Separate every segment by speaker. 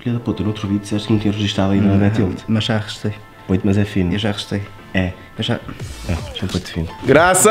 Speaker 1: Filha da puta, no outro vídeo disseste que não tinha registado a idade da Matilde.
Speaker 2: Mas já restei.
Speaker 1: Oito, mas é fino.
Speaker 2: Eu já restei.
Speaker 1: É.
Speaker 2: Eu já.
Speaker 1: É, sempre oito fino.
Speaker 3: Graça!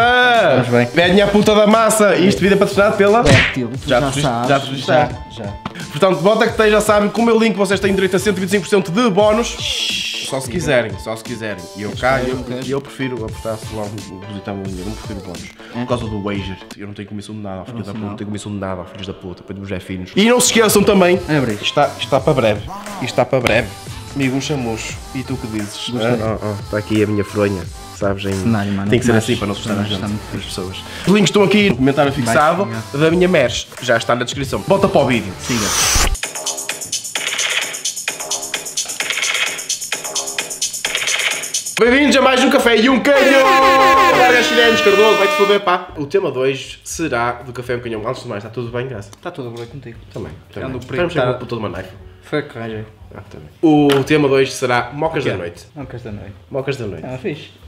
Speaker 2: Faz bem.
Speaker 3: Venha a puta da massa! Isto vídeo é patrocinado pela.
Speaker 2: Déptil, tu já, sabes.
Speaker 3: te Já, te
Speaker 2: já,
Speaker 3: registaste.
Speaker 2: já.
Speaker 3: Portanto, bota que tem, já sabe, com o meu link vocês têm direito a 125% de bónus. Só se quiserem, só se quiserem. E eu cá, eu,
Speaker 2: ok.
Speaker 3: eu prefiro apostar se lá um depositar meu dinheiro, eu não prefiro bónus. Por causa do wager, eu não tenho comissão de nada, filhos da puta, não tenho comissão de nada, filhos da puta, para os é finos. E não se esqueçam também,
Speaker 2: Vai abrir.
Speaker 3: está, está para breve, isto está para breve. Amigo, um chamucho, e tu que dizes?
Speaker 2: Gostei.
Speaker 3: Ah, ah, ah, está aqui a minha fronha, sabes? Em...
Speaker 2: Cenário, mano.
Speaker 3: Tem que ser
Speaker 2: Mas-
Speaker 3: assim para não assustar a
Speaker 2: mas
Speaker 3: gente,
Speaker 2: está muito
Speaker 3: as pessoas. Os links estão aqui no comentário fixado
Speaker 2: Vai,
Speaker 3: da minha merch, já está na descrição. Volta para o vídeo.
Speaker 2: Siga.
Speaker 3: Bem-vindos a mais um Café e um Canhão! Várias Chilenos Cardoso, vai-te foder, pá! O tema de hoje será do Café e um Canhão. Antes de mais, está tudo bem, graça?
Speaker 2: Está Tá tudo bem contigo.
Speaker 3: Também. também.
Speaker 2: Ando por aí,
Speaker 3: Vamos chegar
Speaker 2: tá-
Speaker 3: uma puta de uma knife.
Speaker 2: Foi coragem.
Speaker 3: Ah, também. O tema de hoje será Mocas da Noite.
Speaker 2: Não queres da noite.
Speaker 3: Mocas da Noite.
Speaker 2: Ah, fixe.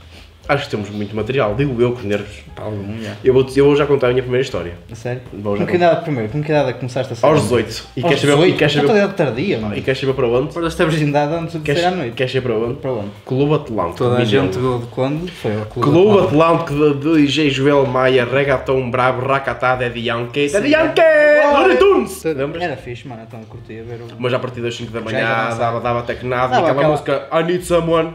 Speaker 3: Acho que temos muito material, digo eu, com os nervos.
Speaker 2: Pá, algum, Tá já.
Speaker 3: Eu vou, eu vou já contar a minha primeira história.
Speaker 2: A sério?
Speaker 3: Bom, já
Speaker 2: com que idade primeiro? Com que idade é que começaste a sair?
Speaker 3: Aos 18. E
Speaker 2: Aos
Speaker 3: queres saber, e
Speaker 2: 18?
Speaker 3: queres
Speaker 2: Já estou
Speaker 3: saber,
Speaker 2: idade é tardia, mano.
Speaker 3: e queres saber para onde?
Speaker 2: Perdaste a virgindade antes de ser à
Speaker 3: Queres,
Speaker 2: noite.
Speaker 3: queres saber para onde?
Speaker 2: Para onde?
Speaker 3: Clube Atlântico.
Speaker 2: Toda a
Speaker 3: Milhão.
Speaker 2: gente gol de quando? Foi ao clube.
Speaker 3: Clube Atlântico de DJ Joel Maia, Regatão Bravo, Racatá, Daddy Yankee, Daddy Yankee, Looney Tunes! Lembras?
Speaker 2: Era fixe, mano. Então curtia ver o.
Speaker 3: Mas a partir das 5 da
Speaker 2: já
Speaker 3: manhã
Speaker 2: dançava.
Speaker 3: dava, dava até que nada, e
Speaker 2: Dava
Speaker 3: aquela,
Speaker 2: aquela-
Speaker 3: música I need someone,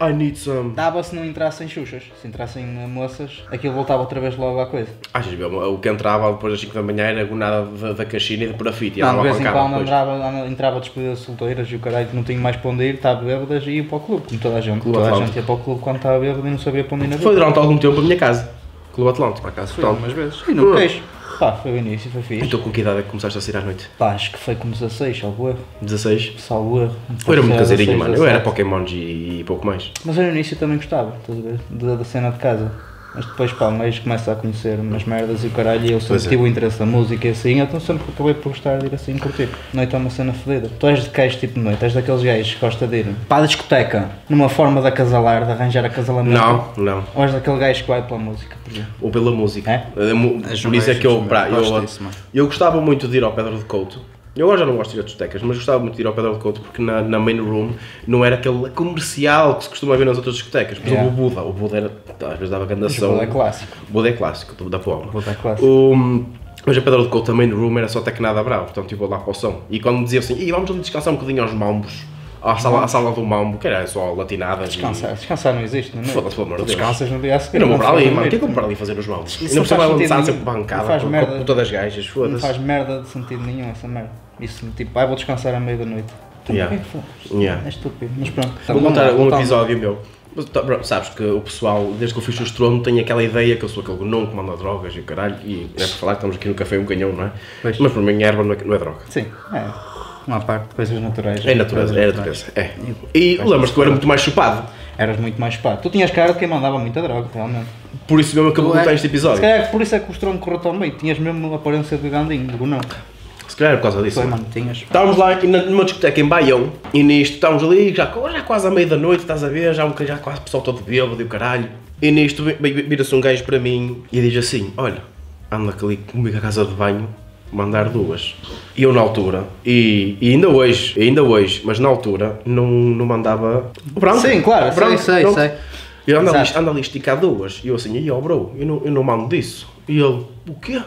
Speaker 3: I need some.
Speaker 2: Dava se não entrassem xuxas, se entrassem eh, moças, aquilo voltava outra vez logo à coisa.
Speaker 3: Achas mesmo, o que entrava depois das 5 da manhã era a gonada da, da caixinha e de parafite, e
Speaker 2: Não, de
Speaker 3: dava
Speaker 2: vez
Speaker 3: uma
Speaker 2: em
Speaker 3: pancada
Speaker 2: quando
Speaker 3: depois.
Speaker 2: entrava, entrava a despedida de solteiras e o caralho que não tinha mais para onde ir, estava bêbadas e ia para o clube, como toda a gente.
Speaker 3: Clube
Speaker 2: toda a
Speaker 3: Atlântico.
Speaker 2: gente ia para o clube quando estava bêbada e não sabia para onde ir na vida.
Speaker 3: Foi durante algum tempo a minha casa, Clube Atlântico, por acaso. Foi
Speaker 2: algumas vezes. E não fez. Pá, foi o início, foi fixe.
Speaker 3: Então com que idade é que começaste a sair à noite?
Speaker 2: Pá, acho que foi com 16, salvo erro.
Speaker 3: 16?
Speaker 2: Salvo erro.
Speaker 3: Eu era
Speaker 2: 16,
Speaker 3: muito caseirinho, mano, eu
Speaker 2: 17.
Speaker 3: era Pokémons e, e pouco mais.
Speaker 2: Mas eu no início também gostava, estás a ver? Da, da cena de casa. Mas depois, pá, um gajo começa a conhecer umas merdas e o caralho, e eu sempre
Speaker 3: é.
Speaker 2: tive o interesse da música e assim, então sempre acabei por gostar de ir assim curtir. Noite é uma cena fodida. Tu és de gajo tipo de noite, és daqueles gajos que gosta de ir para a discoteca, numa forma de acasalar, de arranjar acasalamento.
Speaker 3: Não, não.
Speaker 2: Ou és daquele gajo que vai pela música, por exemplo.
Speaker 3: ou pela música.
Speaker 2: É?
Speaker 3: Eh, mu- Por isso é que eu, pá, eu, eu gostava muito de ir ao Pedro de Couto. Eu agora já não gosto de ir a discotecas, mas gostava muito de ir ao Pedro de Couto porque na, na main room não era aquele comercial que se costuma ver nas outras discotecas. Por exemplo,
Speaker 2: Yeah.
Speaker 3: o Buda. O Buda era, às vezes dava grande
Speaker 2: Mas o
Speaker 3: ação.
Speaker 2: Buda é clássico.
Speaker 3: O Buda é clássico, do- da Palma.
Speaker 2: Buda é clássico.
Speaker 3: O- mas a Pedro de Couto, a main room, era só tecnada bravo. Portanto, eu vou lá para o som. E quando me diziam assim, "Ih, vamos ali descansar um bocadinho aos mambos. À sala, à sala do mambo, que era só latinadas e-
Speaker 2: Descansar, descansar não existe, não é?
Speaker 3: Foda-se, pelo amor de Deus.
Speaker 2: Descansas no dia a seguir.
Speaker 3: eu não vou
Speaker 2: não
Speaker 3: para
Speaker 2: sei
Speaker 3: ali,
Speaker 2: dormir.
Speaker 3: mano. O que é que eu vou para ali fazer os maus?
Speaker 2: Isso
Speaker 3: Eu não
Speaker 2: não
Speaker 3: percebo
Speaker 2: faz
Speaker 3: ela
Speaker 2: sentido
Speaker 3: lançar
Speaker 2: nenhum.
Speaker 3: sempre
Speaker 2: Não
Speaker 3: bancada
Speaker 2: faz
Speaker 3: é um com,
Speaker 2: merda.
Speaker 3: com todas as gajas,
Speaker 2: Não
Speaker 3: foda-se.
Speaker 2: faz merda de sentido nenhum essa merda. Isso, tipo, ah, vou descansar à meia da noite. Então,
Speaker 3: Yeah.
Speaker 2: o que é que faz?
Speaker 3: Yeah.
Speaker 2: É estúpido, mas pronto.
Speaker 3: Vou contar um episódio meu. Mas, tá, bro, Sabes que o pessoal, desde que eu fiz o estrondo, tem aquela ideia que eu sou aquele gnome que manda drogas e o caralho. E é para falar que estamos aqui no café e um canhão, não é?
Speaker 2: Pois.
Speaker 3: Mas para mim, a erva não é, não é droga.
Speaker 2: Sim, é. Uma parte de coisas naturais.
Speaker 3: É natureza, é natureza. É. E lembras que eu era muito mais chupado.
Speaker 2: Eras muito mais pá. Tu tinhas cara de quem mandava muita droga, realmente.
Speaker 3: Por isso mesmo que eu vou contar este
Speaker 2: Se
Speaker 3: episódio.
Speaker 2: calhar por isso é que o Strong correu tão bem. Tinhas mesmo a aparência de Gandinho, de Gunão.
Speaker 3: Se calhar é por causa disso.
Speaker 2: Foi,
Speaker 3: mano.
Speaker 2: mano, tinhas.
Speaker 3: Estávamos lá e na- numa discoteca em Baião e nisto estávamos ali, já, já quase à meia da noite, estás a ver? Já, um bocadinho- já quase o pessoal todo bêbado e o caralho. E nisto vi- vi- vira-se um gajo para mim e diz assim: Olha, anda ali comigo à casa de banho, mandar duas. E eu na altura, e, e ainda hoje, ainda hoje, mas na altura, não, não mandava. O Branco,
Speaker 2: Sim, claro,
Speaker 3: o Branco,
Speaker 2: sei, sei,
Speaker 3: pronto.
Speaker 2: sei.
Speaker 3: E eu ando ali,
Speaker 2: Exato.
Speaker 3: anda ali esticar duas. E eu assim: Aí, ó, bro, eu não, eu não mando disso. E ele: O quê?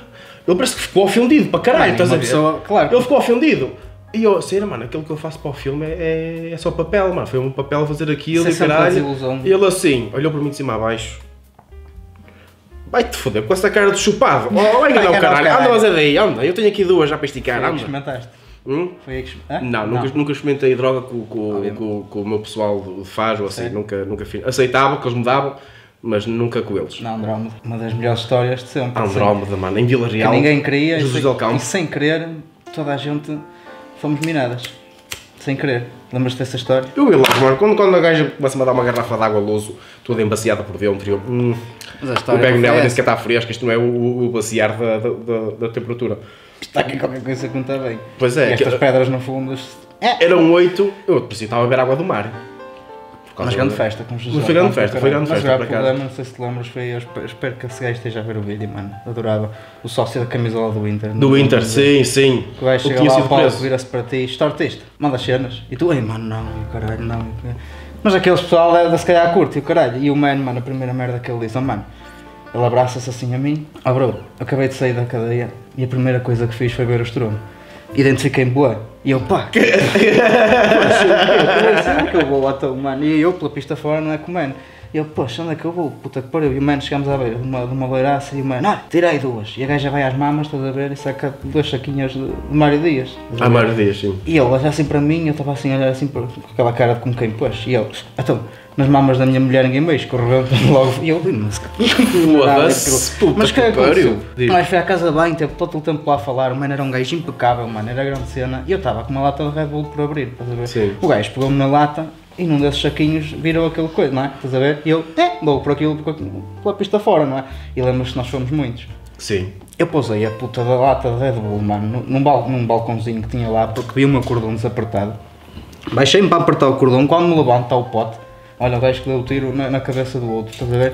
Speaker 3: Ele parece que ficou ofendido para caralho,
Speaker 2: Mano,
Speaker 3: estás
Speaker 2: uma
Speaker 3: a ver?
Speaker 2: pessoa- claro.
Speaker 3: Ele ficou ofendido. E eu, sério, mano, aquilo que eu faço para o filme é, é- é só papel, mano. Foi um papel fazer
Speaker 2: Isso
Speaker 3: aquilo
Speaker 2: é
Speaker 3: e
Speaker 2: sempre uma
Speaker 3: caralho.
Speaker 2: desilusão.
Speaker 3: E ele assim, olhou para mim de cima a baixo. Vai-te foder com essa cara de chupado. Oh,
Speaker 2: Vai
Speaker 3: vai enganar o
Speaker 2: enganar o
Speaker 3: caralho. Anda,
Speaker 2: caralho.
Speaker 3: mas é daí, anda. Eu tenho aqui duas já para esticar,
Speaker 2: Foi aí que
Speaker 3: anda.
Speaker 2: experimentaste.
Speaker 3: Hum?
Speaker 2: Foi aí que exper- Hã?
Speaker 3: Não, nunca, nunca experimentei droga com, com, com, com o meu pessoal de faz ou assim. Nunca, nunca fiz. Aceitava que eles me davam, mas nunca com eles.
Speaker 2: Não, Andrómeda. Uma das melhores histórias de sempre.
Speaker 3: Andrómeda, mano, em Vila
Speaker 2: que
Speaker 3: Real.
Speaker 2: ninguém queria é e
Speaker 3: Jesus
Speaker 2: sem, e
Speaker 3: Alcão.
Speaker 2: sem querer toda a gente fomos minadas. Sem querer. Lembras-te dessa história?
Speaker 3: Eu ia lá, mano, quando, quando a gaja começa a dar uma garrafa de água louso, toda embaciada por dentro, e eu, hum,
Speaker 2: Mas a
Speaker 3: eu
Speaker 2: história
Speaker 3: pego
Speaker 2: não
Speaker 3: nela
Speaker 2: foi
Speaker 3: e
Speaker 2: essa.
Speaker 3: disse que está fresca, isto não é o, o baciar da, da, da- da temperatura.
Speaker 2: Está aqui qualquer coisa que não está bem.
Speaker 3: Pois é,
Speaker 2: E estas
Speaker 3: que-
Speaker 2: pedras no fundo. É.
Speaker 3: Eram oito, eu parecia que estava a beber água do mar. causa
Speaker 2: Mas grande
Speaker 3: da-
Speaker 2: festa, com Jesus.
Speaker 3: é? Mas foi grande
Speaker 2: Não,
Speaker 3: festa,
Speaker 2: caralho.
Speaker 3: foi grande
Speaker 2: Mas
Speaker 3: festa,
Speaker 2: o
Speaker 3: por acaso.
Speaker 2: problema, não sei se te lembras, foi. Eu espe- espero que esse gajo esteja a ver o vídeo, mano. Adorava. O sócio da camisola do Inter.
Speaker 3: Do Inter, sim, sim.
Speaker 2: Que vai
Speaker 3: Eu
Speaker 2: chegar
Speaker 3: tinha
Speaker 2: lá ao
Speaker 3: sido
Speaker 2: palco,
Speaker 3: preso.
Speaker 2: vira-se para ti, isto artista, manda as cenas. E tu, ei mano, não, e o caralho, não. e o caralho. Mas aqueles pessoal é, se calhar curte, e o caralho. E o mano, mano, a primeira merda que ele diz, oh mano, ele abraça-se assim a mim, ó bro, eu acabei de sair da cadeia e a primeira coisa que fiz foi ver o estromo. Identifiquei-me boa. E eu, pá, que- Poxa, onde é que eu vou lá tão, mano? E eu pela pista fora não é com o mano. E eu, poxa, onde é que eu vou? Puta que pariu. E o mano, chegamos à beira de uma, de uma beiraça e o mano, ah, tirei duas. E a gaja vai às mamas, estás a ver, e saca duas saquinhas de, de Mário Dias. Estás a
Speaker 3: Há
Speaker 2: ver?
Speaker 3: mais dias, sim.
Speaker 2: E ele olha assim para mim, eu estava assim a olhar assim para, com aquela cara de como quem pôs. E eu, então, nas mamas da minha mulher ninguém mexe, correu logo. E eu vi, mas
Speaker 3: Foda-se, puta
Speaker 2: mas que
Speaker 3: que
Speaker 2: aconteceu?
Speaker 3: pariu.
Speaker 2: Mas foi à casa bem, teve todo o tempo lá a falar, o mano era um gajo impecável, mano, era grande cena. E eu estava com uma lata de Red Bull por abrir, estás a ver?
Speaker 3: Sim.
Speaker 2: O gajo pegou-me na lata e num desses saquinhos virou aquele coisa, não é? Estás a ver? E eu, é, vou por aquilo, por aquilo, pela pista fora, não é? E lembro-se que nós fomos muitos.
Speaker 3: Sim.
Speaker 2: Eu pousei a puta da lata de Red Bull, mano, num- num, bal, num balcãozinho que tinha lá, porque vi o meu cordão desapertado. Baixei-me para apertar o cordão, quando me levanto está o pote. Olha, o gajo que deu o tiro na, na cabeça do outro, estás a ver?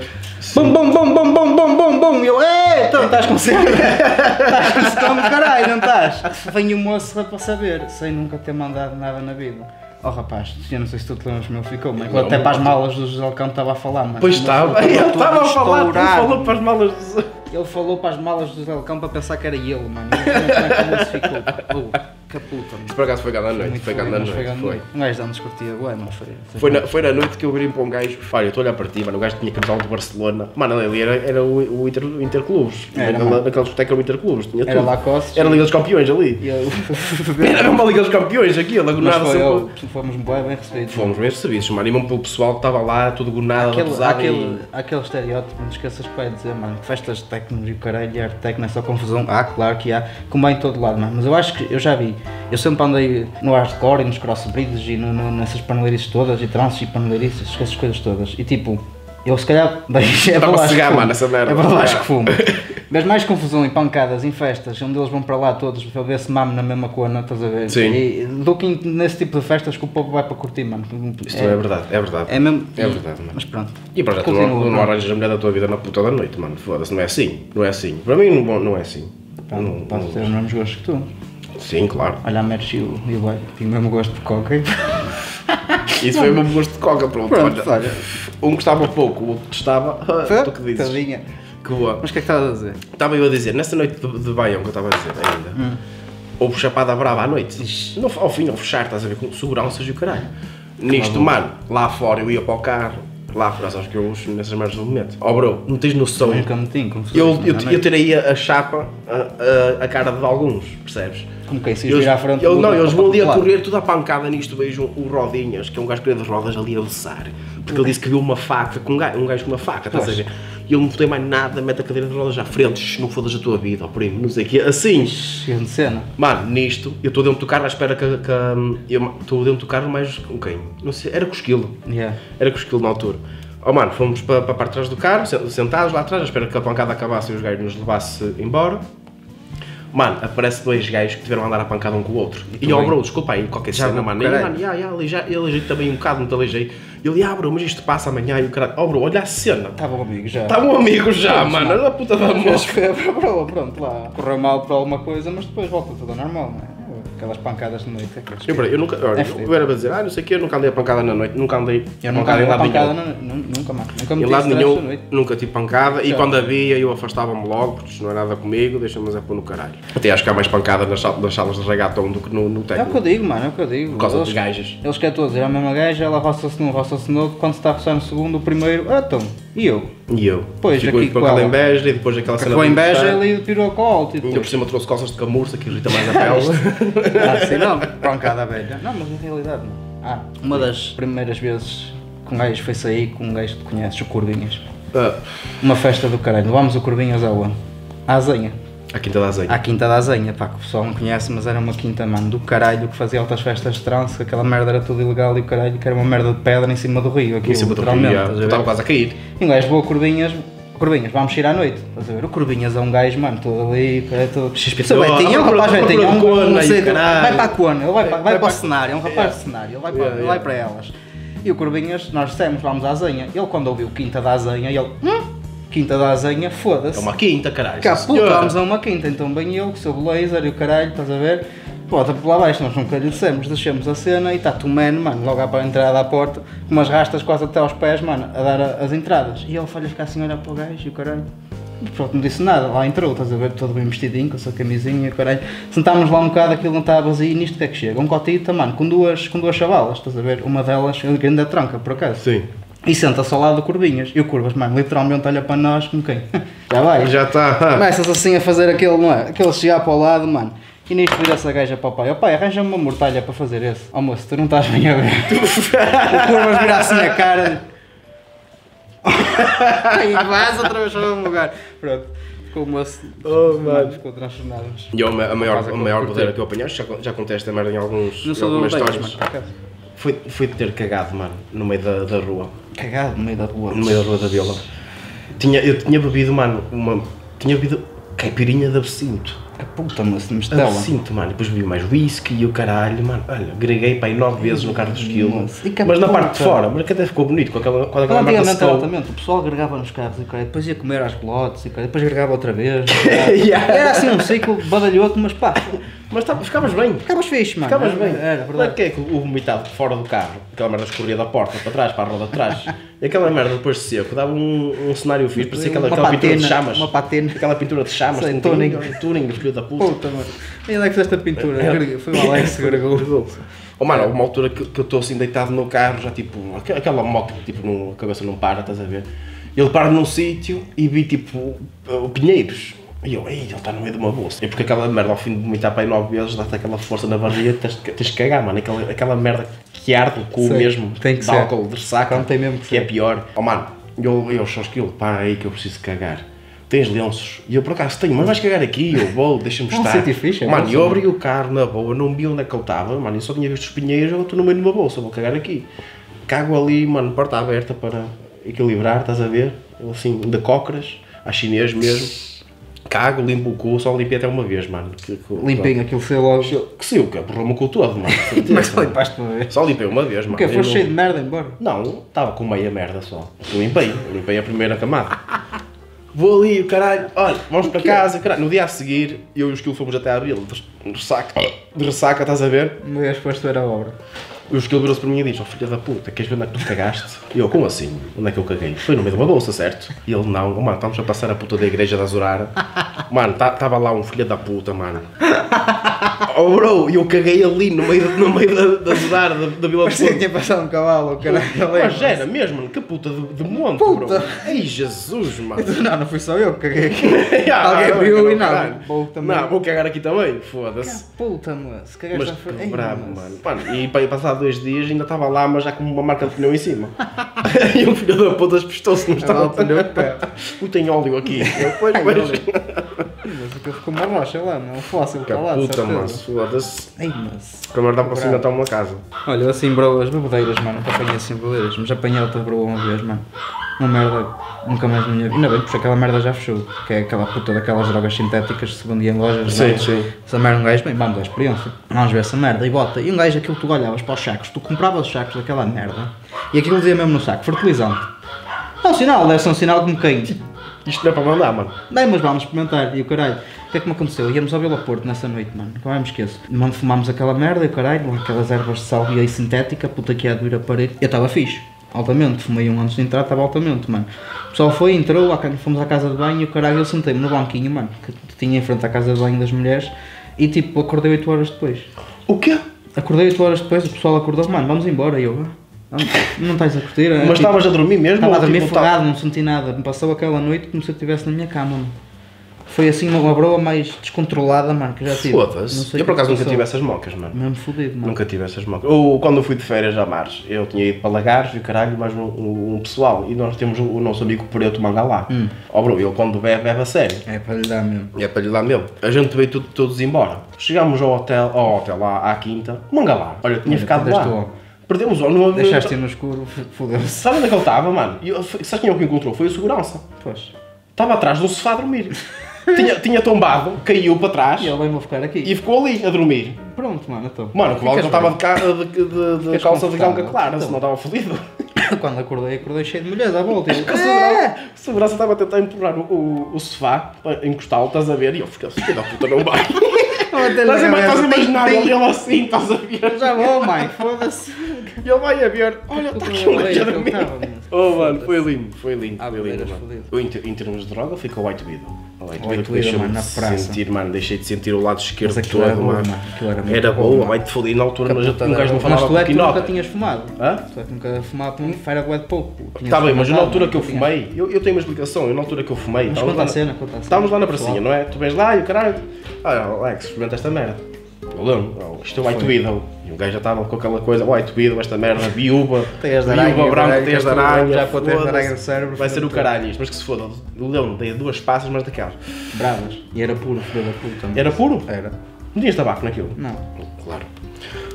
Speaker 2: Bom, bom, bom, bom, bom, bom, bom, bom. E eu, ei, então estás com sono? Estás com sono, caralho, não estás? Vem o moço para saber, sem nunca ter mandado nada na vida. Oh rapaz, eu não sei se tu te lembras como ele ficou, mas até para as malas do José Alcão estava a falar, mano.
Speaker 3: Pois
Speaker 2: Mas
Speaker 3: estava.
Speaker 2: foi
Speaker 3: Ele
Speaker 2: todo
Speaker 3: estava a falar, tu
Speaker 2: estourado.
Speaker 3: falou para as malas dos.
Speaker 2: Ele falou para as malas do Zé Campo a pensar que era ele, mano. Imagina como é que o moço ficou. Oh, que puta, mano.
Speaker 3: Por acaso foi cada noite, foi cada
Speaker 2: mas
Speaker 3: noite,
Speaker 2: Foi.
Speaker 3: foi.
Speaker 2: Um gajo dá-nos curtia, ué, mano, foi.
Speaker 3: Foi na, foi na noite que eu virei para um gajo, olha, eu estou a olhar para ti, mano, o gajo tinha camisola do Barcelona. Mano, ele era, era o, o Inter, o Interclubes.
Speaker 2: Era,
Speaker 3: naquela,
Speaker 2: mano.
Speaker 3: naquela discoteca era o Interclubes, tinha
Speaker 2: Era
Speaker 3: tudo.
Speaker 2: Lacoste.
Speaker 3: Era a Liga dos Campeões ali.
Speaker 2: E eu...
Speaker 3: Era mesmo a Liga dos Campeões aqui, a
Speaker 2: Mas
Speaker 3: Lagunada
Speaker 2: foi
Speaker 3: sempre.
Speaker 2: ele. Fomos bem, bem recebidos.
Speaker 3: Fomos mesmo serviços, mano, e mesmo pelo pessoal que estava lá, tudo gonado,
Speaker 2: Aquele,
Speaker 3: pesado
Speaker 2: aquele,
Speaker 3: e...
Speaker 2: aquele estereótipo, não te esqueças que vai dizer, mano, que festas de técnicos e o caralho, e arte técnica é só confusão. Há, claro que há, como há em todo lado, mano. Mas eu acho que, eu já vi, eu sempre andei no hardcore e nos crossbreeds e no- no- nessas paneleirices todas, e trances e paneleirices, essas coisas todas. E tipo, eu se calhar. É
Speaker 3: para
Speaker 2: balás que
Speaker 3: cegar,
Speaker 2: fumo.
Speaker 3: mano, essa merda.
Speaker 2: É balás que fumo. Mas mais confusão em pancadas, em festas, onde eles vão para lá todos para ver se mamo na mesma cona, estás a ver?
Speaker 3: Sim.
Speaker 2: E, do que em- nesse tipo de festas que o povo vai para curtir, mano.
Speaker 3: Isto é, verdade, é verdade.
Speaker 2: É mesmo.
Speaker 3: É verdade, mano.
Speaker 2: Mas pronto.
Speaker 3: E para já, tu
Speaker 2: Continua,
Speaker 3: não, tu não
Speaker 2: pronto.
Speaker 3: arranjas a mulher da tua vida na puta da noite, mano, foda-se, não é assim, não é assim. Para mim não, não é assim. Não-
Speaker 2: Pronto, posso
Speaker 3: não-
Speaker 2: ter os mesmos gostos que tu.
Speaker 3: Sim, claro.
Speaker 2: Olha a Merch e o e o Boy, tinha o mesmo gosto de coca. e-
Speaker 3: Isso foi o meu gosto de coca, pronto.
Speaker 2: Pronto,
Speaker 3: olha.
Speaker 2: olha.
Speaker 3: Um gostava pouco, o outro gostava. Ah, tu que dizes?
Speaker 2: Tadinha.
Speaker 3: Que boa.
Speaker 2: Mas o que é que estás a dizer?
Speaker 3: Estava eu a dizer, nessa noite de, de Baião que eu estava a dizer ainda,
Speaker 2: Hum.
Speaker 3: houve chapada brava à noite. Não, ao fim, não fechar, estás a ver, com seguranças e o caralho. Nisto, mano, lá fora eu ia para o carro, lá fora, sabes que eu uso nessas merdas do momento. Oh, bro, não tens noção.
Speaker 2: Nunca me tinha, como se
Speaker 3: Eu,
Speaker 2: fosse, é?
Speaker 3: eu,
Speaker 2: mano, à
Speaker 3: eu
Speaker 2: noite.
Speaker 3: tirei a, a chapa, a, a- a cara de alguns, percebes?
Speaker 2: Como quem se
Speaker 3: Eles-
Speaker 2: vira à frente.
Speaker 3: eu- não,
Speaker 2: muda
Speaker 3: eles
Speaker 2: para
Speaker 3: vão ali a
Speaker 2: outro lado.
Speaker 3: correr toda a pancada nisto, vejam o Rodinhas, que é um gajo que veio de rodas ali a usar. Porque ele disse que viu uma faca, com um gajo, um gajo com uma faca, estás a ver? E ele não tem mais nada, mete a cadeira de rodas à frente, "Shh, não fodas a tua vida, ó primo, não sei o quê, assim.
Speaker 2: Cheio de cena.
Speaker 3: Mano, nisto, eu estou dentro do carro à espera que. que hum, eu estou dentro do carro mais com quem? Não sei, era com o esquilo.
Speaker 2: Yeah.
Speaker 3: Era com o esquilo na altura. Oh mano, fomos para a parte de trás do carro, sen- sentados lá atrás, à espera que a pancada acabasse e os gajos nos levasse embora. Mano, aparece dois gajos que tiveram a andar a pancada um com o outro. E, ó,
Speaker 2: bem.
Speaker 3: bro, desculpa aí, qualquer
Speaker 2: Já
Speaker 3: cena,
Speaker 2: vou,
Speaker 3: mano. E,
Speaker 2: caralho.
Speaker 3: mano, já, já, ali já, eu ajeito também um bocado, não te aleijei. E ele, ah, bro, mas isto passa amanhã e o caralho. Ó, bro, olha a cena.
Speaker 2: Tá bom, amigo, já.
Speaker 3: Está um amigo já, mano, olha a puta da mão.
Speaker 2: Mas foi a prova, pronto, lá. Correu mal para alguma coisa, mas depois volta tudo ao normal, não é? Aquelas pancadas de noite. aqueles-
Speaker 3: Eu, peraí, eu nunca. olha,
Speaker 2: É
Speaker 3: eu,
Speaker 2: fedido.
Speaker 3: eu era para dizer, ah, não sei o quê, eu nunca andei a pancada na noite, nunca andei.
Speaker 2: Eu nunca vi
Speaker 3: em
Speaker 2: uma
Speaker 3: lado
Speaker 2: pancada,
Speaker 3: nenhum.
Speaker 2: na- nu- nunca mais. Nunca me
Speaker 3: Em
Speaker 2: tive
Speaker 3: lado
Speaker 2: stress à
Speaker 3: nenhum,
Speaker 2: noite.
Speaker 3: nunca tive pancada e
Speaker 2: Já.
Speaker 3: quando havia eu afastava-me logo porque isto não é nada comigo, deixa-me é pôr no caralho. Até acho que há mais pancada nas, sal- nas salas de regatão do que no, no
Speaker 2: É o que eu
Speaker 3: técnico.
Speaker 2: digo, mano, é o que eu digo.
Speaker 3: Por causa
Speaker 2: Eles-
Speaker 3: dos gajas.
Speaker 2: Eles querem todos ir à mesma gaja, ela roça-se num, roça-se no outro, quando se está a roçar no segundo, o primeiro, ah então, e eu?
Speaker 3: E eu.
Speaker 2: Pois,
Speaker 3: Fico
Speaker 2: aqui é?
Speaker 3: com
Speaker 2: com
Speaker 3: aquela
Speaker 2: ela.
Speaker 3: inveja e depois aquela cena
Speaker 2: Ficou
Speaker 3: de
Speaker 2: é em beja,
Speaker 3: puxar.
Speaker 2: ele pirou com o alto e
Speaker 3: Ainda por
Speaker 2: depois,
Speaker 3: cima trouxe calças de camurça que irrita mais a pele.
Speaker 2: é ah, sei não, pancada velha. Não, mas na realidade não. Ah, uma das primeiras vezes que um gajo foi sair com um gajo que tu conheces, o Corvinhas.
Speaker 3: Ah,
Speaker 2: Uma festa do caralho, levámos o Corvinhas ao ano. À Azenha.
Speaker 3: a quinta da azeite.
Speaker 2: À Quinta da Azenha, pá, que o pessoal não conhece, mas era uma quinta, mano, do caralho, que fazia altas festas de trance, que aquela merda era tudo ilegal e o caralho, que era uma merda de pedra em cima do rio, aqui
Speaker 3: em cima do rio,
Speaker 2: literalmente,
Speaker 3: já.
Speaker 2: estás a
Speaker 3: eu
Speaker 2: ver?
Speaker 3: estava quase a cair.
Speaker 2: E um gajo boa Corvinhas, Corvinhas, vamos sair à noite, estás a ver? O Corvinhas é um gajo, mano, todo ali, cara, todo...
Speaker 3: XPTO,
Speaker 2: Sou betinho, é um
Speaker 3: procura-
Speaker 2: rapaz
Speaker 3: procura
Speaker 2: betinho, é um-
Speaker 3: cona
Speaker 2: não
Speaker 3: e
Speaker 2: sei,
Speaker 3: caralho.
Speaker 2: vai para a cona, ele vai para, vai
Speaker 3: Vai
Speaker 2: para o
Speaker 3: para-
Speaker 2: cenário, é um rapaz de cenário, ele vai para,
Speaker 3: Yeah,
Speaker 2: ele vai
Speaker 3: yeah.
Speaker 2: para elas. E o Curvinhas, nós dissemos, vamos à azenha. Ele quando ouviu quinta da azenha, ele, hum, quinta da azenha,
Speaker 3: É
Speaker 2: foda-se.
Speaker 3: uma quinta, caralho.
Speaker 2: Cá,
Speaker 3: sim,
Speaker 2: puto,
Speaker 3: senhora.
Speaker 2: vamos a uma quinta, então bem eu, com o seu blazer e o caralho, estás a ver? Bota por lá abaixo, nós nunca lhe dissemos, deixamos a cena e está-te o mano, mano, logo à para a entrada à porta, com umas rastas quase até aos pés, mano, a dar a- as entradas. E ele falha ficar assim a olhar para o gajo e o caralho. E Pronto, não disse nada, lá entrou, estás a ver, todo bem vestidinho, com a sua camisinha e o caralho. Sentámos lá um bocado, aquilo não estava vazio e nisto que é que chega? Um cotita, mano, com duas, com duas chavalas, estás a ver? Uma delas, ele grande da tranca, por acaso.
Speaker 3: Sim.
Speaker 2: E senta-se ao lado do Curvinhas. E o Curvas, mano, literalmente olha para nós como quem? Já vai.
Speaker 3: Já tá. está.
Speaker 2: Começas assim a fazer aquele, não é? Aquele chegar para o lado, mano. E nisto vira essa gaja para o pai. Ó pai, arranja-me uma mortalha para fazer esse. Ó moço, tu não estás bem a ver. o Curvas vira assim a cara. e vais outra vez para o mesmo lugar. Pronto. Ficou o moço.
Speaker 3: Oh,
Speaker 2: mano. Ficou transtornado. mas-
Speaker 3: E a ma- a maior, a maior
Speaker 2: Curtei.
Speaker 3: boleira que eu apanhaste, já, con- já contei esta merda em alguns,
Speaker 2: Não
Speaker 3: em
Speaker 2: sou do
Speaker 3: algumas
Speaker 2: Odeias,
Speaker 3: histórias.
Speaker 2: mano. por acaso.
Speaker 3: Foi, foi de ter cagado, mano, no meio da, da rua.
Speaker 2: Cagado no meio da rua.
Speaker 3: No meio da rua da vila. Tinha, eu tinha bebido, mano, uma. Tinha bebido caipirinha de absinto.
Speaker 2: A puta, moço, de mistela.
Speaker 3: Absinto, mano. Depois bebi mais whisky e o caralho, mano. Olha, greguei para aí nove vezes no carro do esquilo.
Speaker 2: Nossa, e que
Speaker 3: Mas na
Speaker 2: puta.
Speaker 3: parte de fora, mas que até ficou bonito com aquela, com aquela merda
Speaker 2: Antigamente era
Speaker 3: secou.
Speaker 2: altamente, o pessoal agregava nos carros e caralho, depois ia comer às pelotas e caralho, depois agregava outra vez.
Speaker 3: Yeah.
Speaker 2: Era assim um ciclo badalhoto, mas pá,
Speaker 3: Mas tá, ficavas bem.
Speaker 2: ficavas fixe, mano.
Speaker 3: Ficavas
Speaker 2: Ah, Era-
Speaker 3: bem.
Speaker 2: Era
Speaker 3: Não é
Speaker 2: verdade.
Speaker 3: que é que o vomitado fora do carro, aquela merda escorria da porta para trás, para a roda de trás, e aquela merda depois de seco, dava um, um cenário fixe, parecia aquela,
Speaker 2: Uma
Speaker 3: aquela pintura de
Speaker 2: patina,
Speaker 3: chamas.
Speaker 2: uma patina.
Speaker 3: Aquela pintura de chamas, um
Speaker 2: Sei,
Speaker 3: com
Speaker 2: Turing.
Speaker 3: Turing, Turing, filho da puta.
Speaker 2: Puta, mano. E onde é que fizeste a pintura? Grego- Foi o Alex que gregou.
Speaker 3: Oh, mano, houve uma altura que, que eu estou assim deitado no carro, já tipo, aqu- aquela moto que tipo, não, a cabeça não para, estás a ver? Ele para num sítio e vi tipo uh, pinheiros. E eu, ei, ele está no meio de uma bolsa. É porque aquela merda, ao fim de vomitar para aí nove vezes, dá-te aquela força na barriga, tens, de- tens de cagar, mano. Aquela, aquela merda que arde o cu
Speaker 2: Sei,
Speaker 3: mesmo,
Speaker 2: tem que
Speaker 3: de
Speaker 2: ser.
Speaker 3: álcool, de ressaca,
Speaker 2: Então tem mesmo que
Speaker 3: que
Speaker 2: ser.
Speaker 3: é pior. Oh, mano, eu, eu só esquilo, para aí que eu preciso cagar. Tens lenços? E eu, por acaso, tenho, mas vais cagar aqui, eu vou, deixa-me
Speaker 2: É um
Speaker 3: estar.
Speaker 2: sítio fixe, é
Speaker 3: mano,
Speaker 2: bom,
Speaker 3: eu
Speaker 2: sim.
Speaker 3: abri o carro na boa, não vi onde é que eu estava, mano, eu só tinha visto os pinheiros, eu estou no meio de uma bolsa, vou cagar aqui. Cago ali, mano, porta aberta para equilibrar, estás a ver? Eu, Assim, de cócoras, a chinês mesmo. Cago, limpo o cu, só limpei até uma vez, mano. Que, que,
Speaker 2: Limpinho aquilo foi logo.
Speaker 3: Que sim, o que borrou-me o cu todo, mano.
Speaker 2: Mas foi limpaste uma vez.
Speaker 3: Só limpei uma vez, mano.
Speaker 2: O quê?
Speaker 3: Eu
Speaker 2: Foste
Speaker 3: não-
Speaker 2: cheio de merda embora.
Speaker 3: não, estava com meia merda só. Eu limpei, eu limpei a primeira camada. Vou ali, o caralho, olha, vamos para casa, caralho. No dia a seguir, eu e o Esquilo fomos até à vila, de ressaca, de ressaca, estás a ver?
Speaker 2: Uma vez foste ver a obra.
Speaker 3: E o Esquilo virou-se para mim e diz, oh filha da puta, queres ver onde é que tu cagaste? E eu, como assim? Onde é que eu caguei? Foi no meio de uma bolsa, certo? E ele, não, oh, mano, estamos a passar a puta da igreja da Azurara. Mano, estava lá um filho da puta, mano. Oh bro, e eu caguei ali no meio, no meio da, da Azurara, da, da Vila
Speaker 2: Parecia
Speaker 3: Ponte.
Speaker 2: que tinha passado um cavalo, caralho.
Speaker 3: Mas era mesmo, mano, que puta de, de monte,
Speaker 2: Puta.
Speaker 3: bro. Ei, Jesus, mano.
Speaker 2: Não, não fui só eu que caguei aqui.
Speaker 3: Ah,
Speaker 2: Alguém
Speaker 3: não,
Speaker 2: viu e
Speaker 3: caralho.
Speaker 2: não. Bolo também.
Speaker 3: Não, vou cagar aqui também, foda-se.
Speaker 2: Puta, moço. Cagaste
Speaker 3: Mas
Speaker 2: à frente.
Speaker 3: que
Speaker 2: Ei,
Speaker 3: brabo,
Speaker 2: moço.
Speaker 3: mano. Mano, E para passar dois dias ainda estava lá, mas já com uma marca de pneu em cima. e o filho da puta espistou-se no
Speaker 2: Estava o
Speaker 3: estado.
Speaker 2: pneu de pé.
Speaker 3: Ui, tem óleo aqui. Eu, pois,
Speaker 2: Ai,
Speaker 3: pois.
Speaker 2: óleo. Mas aquilo ficou uma rocha lá, não é um fóssil
Speaker 3: Que
Speaker 2: está lá, de
Speaker 3: puta,
Speaker 2: certeza.
Speaker 3: mano, foda-se.
Speaker 2: Ai, mas...
Speaker 3: Que merda para cima está uma casa.
Speaker 2: Olha, eu assim, bro, as bebedeiras, mano, nunca apanhei assim bebedeiras, mas apanhei outra bro uma vez, mano. Uma merda, nunca mais na minha vida. Ainda bem, porque aquela merda já fechou, que é aquela puta daquelas drogas sintéticas que se vendia em lojas. não
Speaker 3: Sim,
Speaker 2: é?
Speaker 3: sim.
Speaker 2: Essa merda, um gajo, bem, vamos à experiência. Vamos ver essa merda, e bota. E um gajo, aquilo que tu olhavas para os sacos, tu compravas os sacos daquela merda, e aquilo dizia mesmo no saco, fertilizante. É um sinal, deve ser um sinal como quem?
Speaker 3: Isto não é para mandar, mano.
Speaker 2: Bem, mas vamos experimentar. E o caralho, o que é que me aconteceu? Íamos ao Vila Porto nessa noite, mano. Como é que me esqueço? Mano, fumámos aquela merda e o caralho, lá aquelas ervas de salvia e sintética, puta que ia doer a parede. Eu estava fixe, altamente. Fumei um antes de entrar, estava altamente, mano. O pessoal foi, entrou, lá, fomos à casa de banho e o caralho, eu sentei-me no banquinho, mano, que tinha em frente à casa de banho das mulheres e tipo, acordei 8 horas depois.
Speaker 3: O quê?
Speaker 2: Acordei 8 horas depois, o pessoal acordou, mano, vamos embora. E eu, "Ah, não, não estás a curtir? É,
Speaker 3: Mas
Speaker 2: tipo,
Speaker 3: estavas a dormir mesmo?
Speaker 2: Estava a
Speaker 3: ou,
Speaker 2: dormir
Speaker 3: tipo,
Speaker 2: folgado, não senti nada. Me passou aquela noite como se eu estivesse na minha cama. mano. Foi assim uma broa mais descontrolada, mano, que já tive. Não
Speaker 3: Foda-se.
Speaker 2: sei
Speaker 3: Eu
Speaker 2: o que
Speaker 3: por acaso nunca
Speaker 2: passou.
Speaker 3: tive essas mocas, mano.
Speaker 2: Mesmo fodido, mano.
Speaker 3: Nunca tive essas mocas. Ou quando eu fui de férias a Mares, eu tinha ido para Lagares e o caralho, mais um, um- um pessoal. E nós temos o, o nosso amigo Preto Mangalá.
Speaker 2: Hum.
Speaker 3: Ó bro, ele quando bebe, bebe a sério.
Speaker 2: É para lhe dar mesmo.
Speaker 3: E é para lhe dar mesmo. A gente veio tudo, todos embora. Chegámos ao hotel, ao hotel lá à quinta. Mangalá. Olha, tinha
Speaker 2: Olha,
Speaker 3: ficado
Speaker 2: perdeste o
Speaker 3: lá.
Speaker 2: homem.
Speaker 3: Perdemos o homem.
Speaker 2: Deixaste-o no escuro, fodeu-se.
Speaker 3: Sabe onde é que ele estava, mano? E eu- Sabe quem é o que encontrou? Foi o segurança.
Speaker 2: Pois.
Speaker 3: Estava atrás de um sofá a dormir. tinha, tinha tombado, caiu para trás
Speaker 2: E ele vem-me ficar aqui.
Speaker 3: e ficou ali a dormir.
Speaker 2: Pronto, mano, então.
Speaker 3: Mano, que logo eu
Speaker 2: Ficas
Speaker 3: estava de, ca- de, de- de
Speaker 2: Ficas
Speaker 3: calça de ganga
Speaker 2: confortável.
Speaker 3: clara,
Speaker 2: Então.
Speaker 3: senão estava fodido.
Speaker 2: bem. Quando acordei, acordei cheio de mulheres à volta. E eu,
Speaker 3: A segurança- a segurança estava a tentar empurrar o, o, o sofá para encostá-lo, estás a ver? E eu fiquei assim, filho da puta, não vai. Estás a ima- estás a imaginar ele ele assim, estás a ver?
Speaker 2: Já vou, mãe, foda-se.
Speaker 3: E ele vai a ver, olha, está aqui um gajo a dormir. Oh mano, foi lindo, foi lindo,
Speaker 2: Ah,
Speaker 3: foi lindo,
Speaker 2: beiras
Speaker 3: mano.
Speaker 2: fodido.
Speaker 3: Eu, Em, ter- em termos de droga, fui com o White Widow. O White,
Speaker 2: White
Speaker 3: Widow
Speaker 2: Widow,
Speaker 3: deixou-me
Speaker 2: mano, na
Speaker 3: de
Speaker 2: praça.
Speaker 3: sentir, mano, deixei de sentir o lado esquerdo
Speaker 2: aquilo
Speaker 3: todo,
Speaker 2: era boa,
Speaker 3: mano.
Speaker 2: mano, aquilo era muito
Speaker 3: Era
Speaker 2: bom,
Speaker 3: boa,
Speaker 2: mano.
Speaker 3: White Food, e na altura nós- um gajo não
Speaker 2: Mas
Speaker 3: falava
Speaker 2: tu é
Speaker 3: com
Speaker 2: que nunca
Speaker 3: quinota.
Speaker 2: tinhas fumado.
Speaker 3: Hã?
Speaker 2: Tu é que nunca fumava um Fireblade pouco. Tinhas
Speaker 3: Está Tá bem, mas na
Speaker 2: fumado,
Speaker 3: altura
Speaker 2: mano,
Speaker 3: que eu
Speaker 2: tinhas.
Speaker 3: fumei, eu, eu tenho uma explicação, eu na altura que eu fumei,
Speaker 2: né? Mas
Speaker 3: estávamos
Speaker 2: conta
Speaker 3: lá
Speaker 2: a
Speaker 3: na-
Speaker 2: cena, conta a cena.
Speaker 3: estávamos lá na pracinha, não é? Tu vens lá e o caralho, ah Alex, experimenta esta merda. Eu lembro, oh, isto é o White Widow. E o gajo já estava com aquela coisa, White Widow, esta merda, viúva,
Speaker 2: Teias de
Speaker 3: viúva
Speaker 2: aranha,
Speaker 3: branca,
Speaker 2: caralho,
Speaker 3: teias de
Speaker 2: já estou-
Speaker 3: aranha,
Speaker 2: já vou ter
Speaker 3: foda-se.
Speaker 2: aranha no cérebro,
Speaker 3: vai ser o
Speaker 2: foda-se.
Speaker 3: caralho isto, mas que se foda. Eu lembro, dei duas passas, mas daquelas.
Speaker 2: Bravas. E era puro, filho da puta. mano.
Speaker 3: Era puro?
Speaker 2: Era.
Speaker 3: Não tinhas tabaco naquilo?
Speaker 2: Não.
Speaker 3: Claro.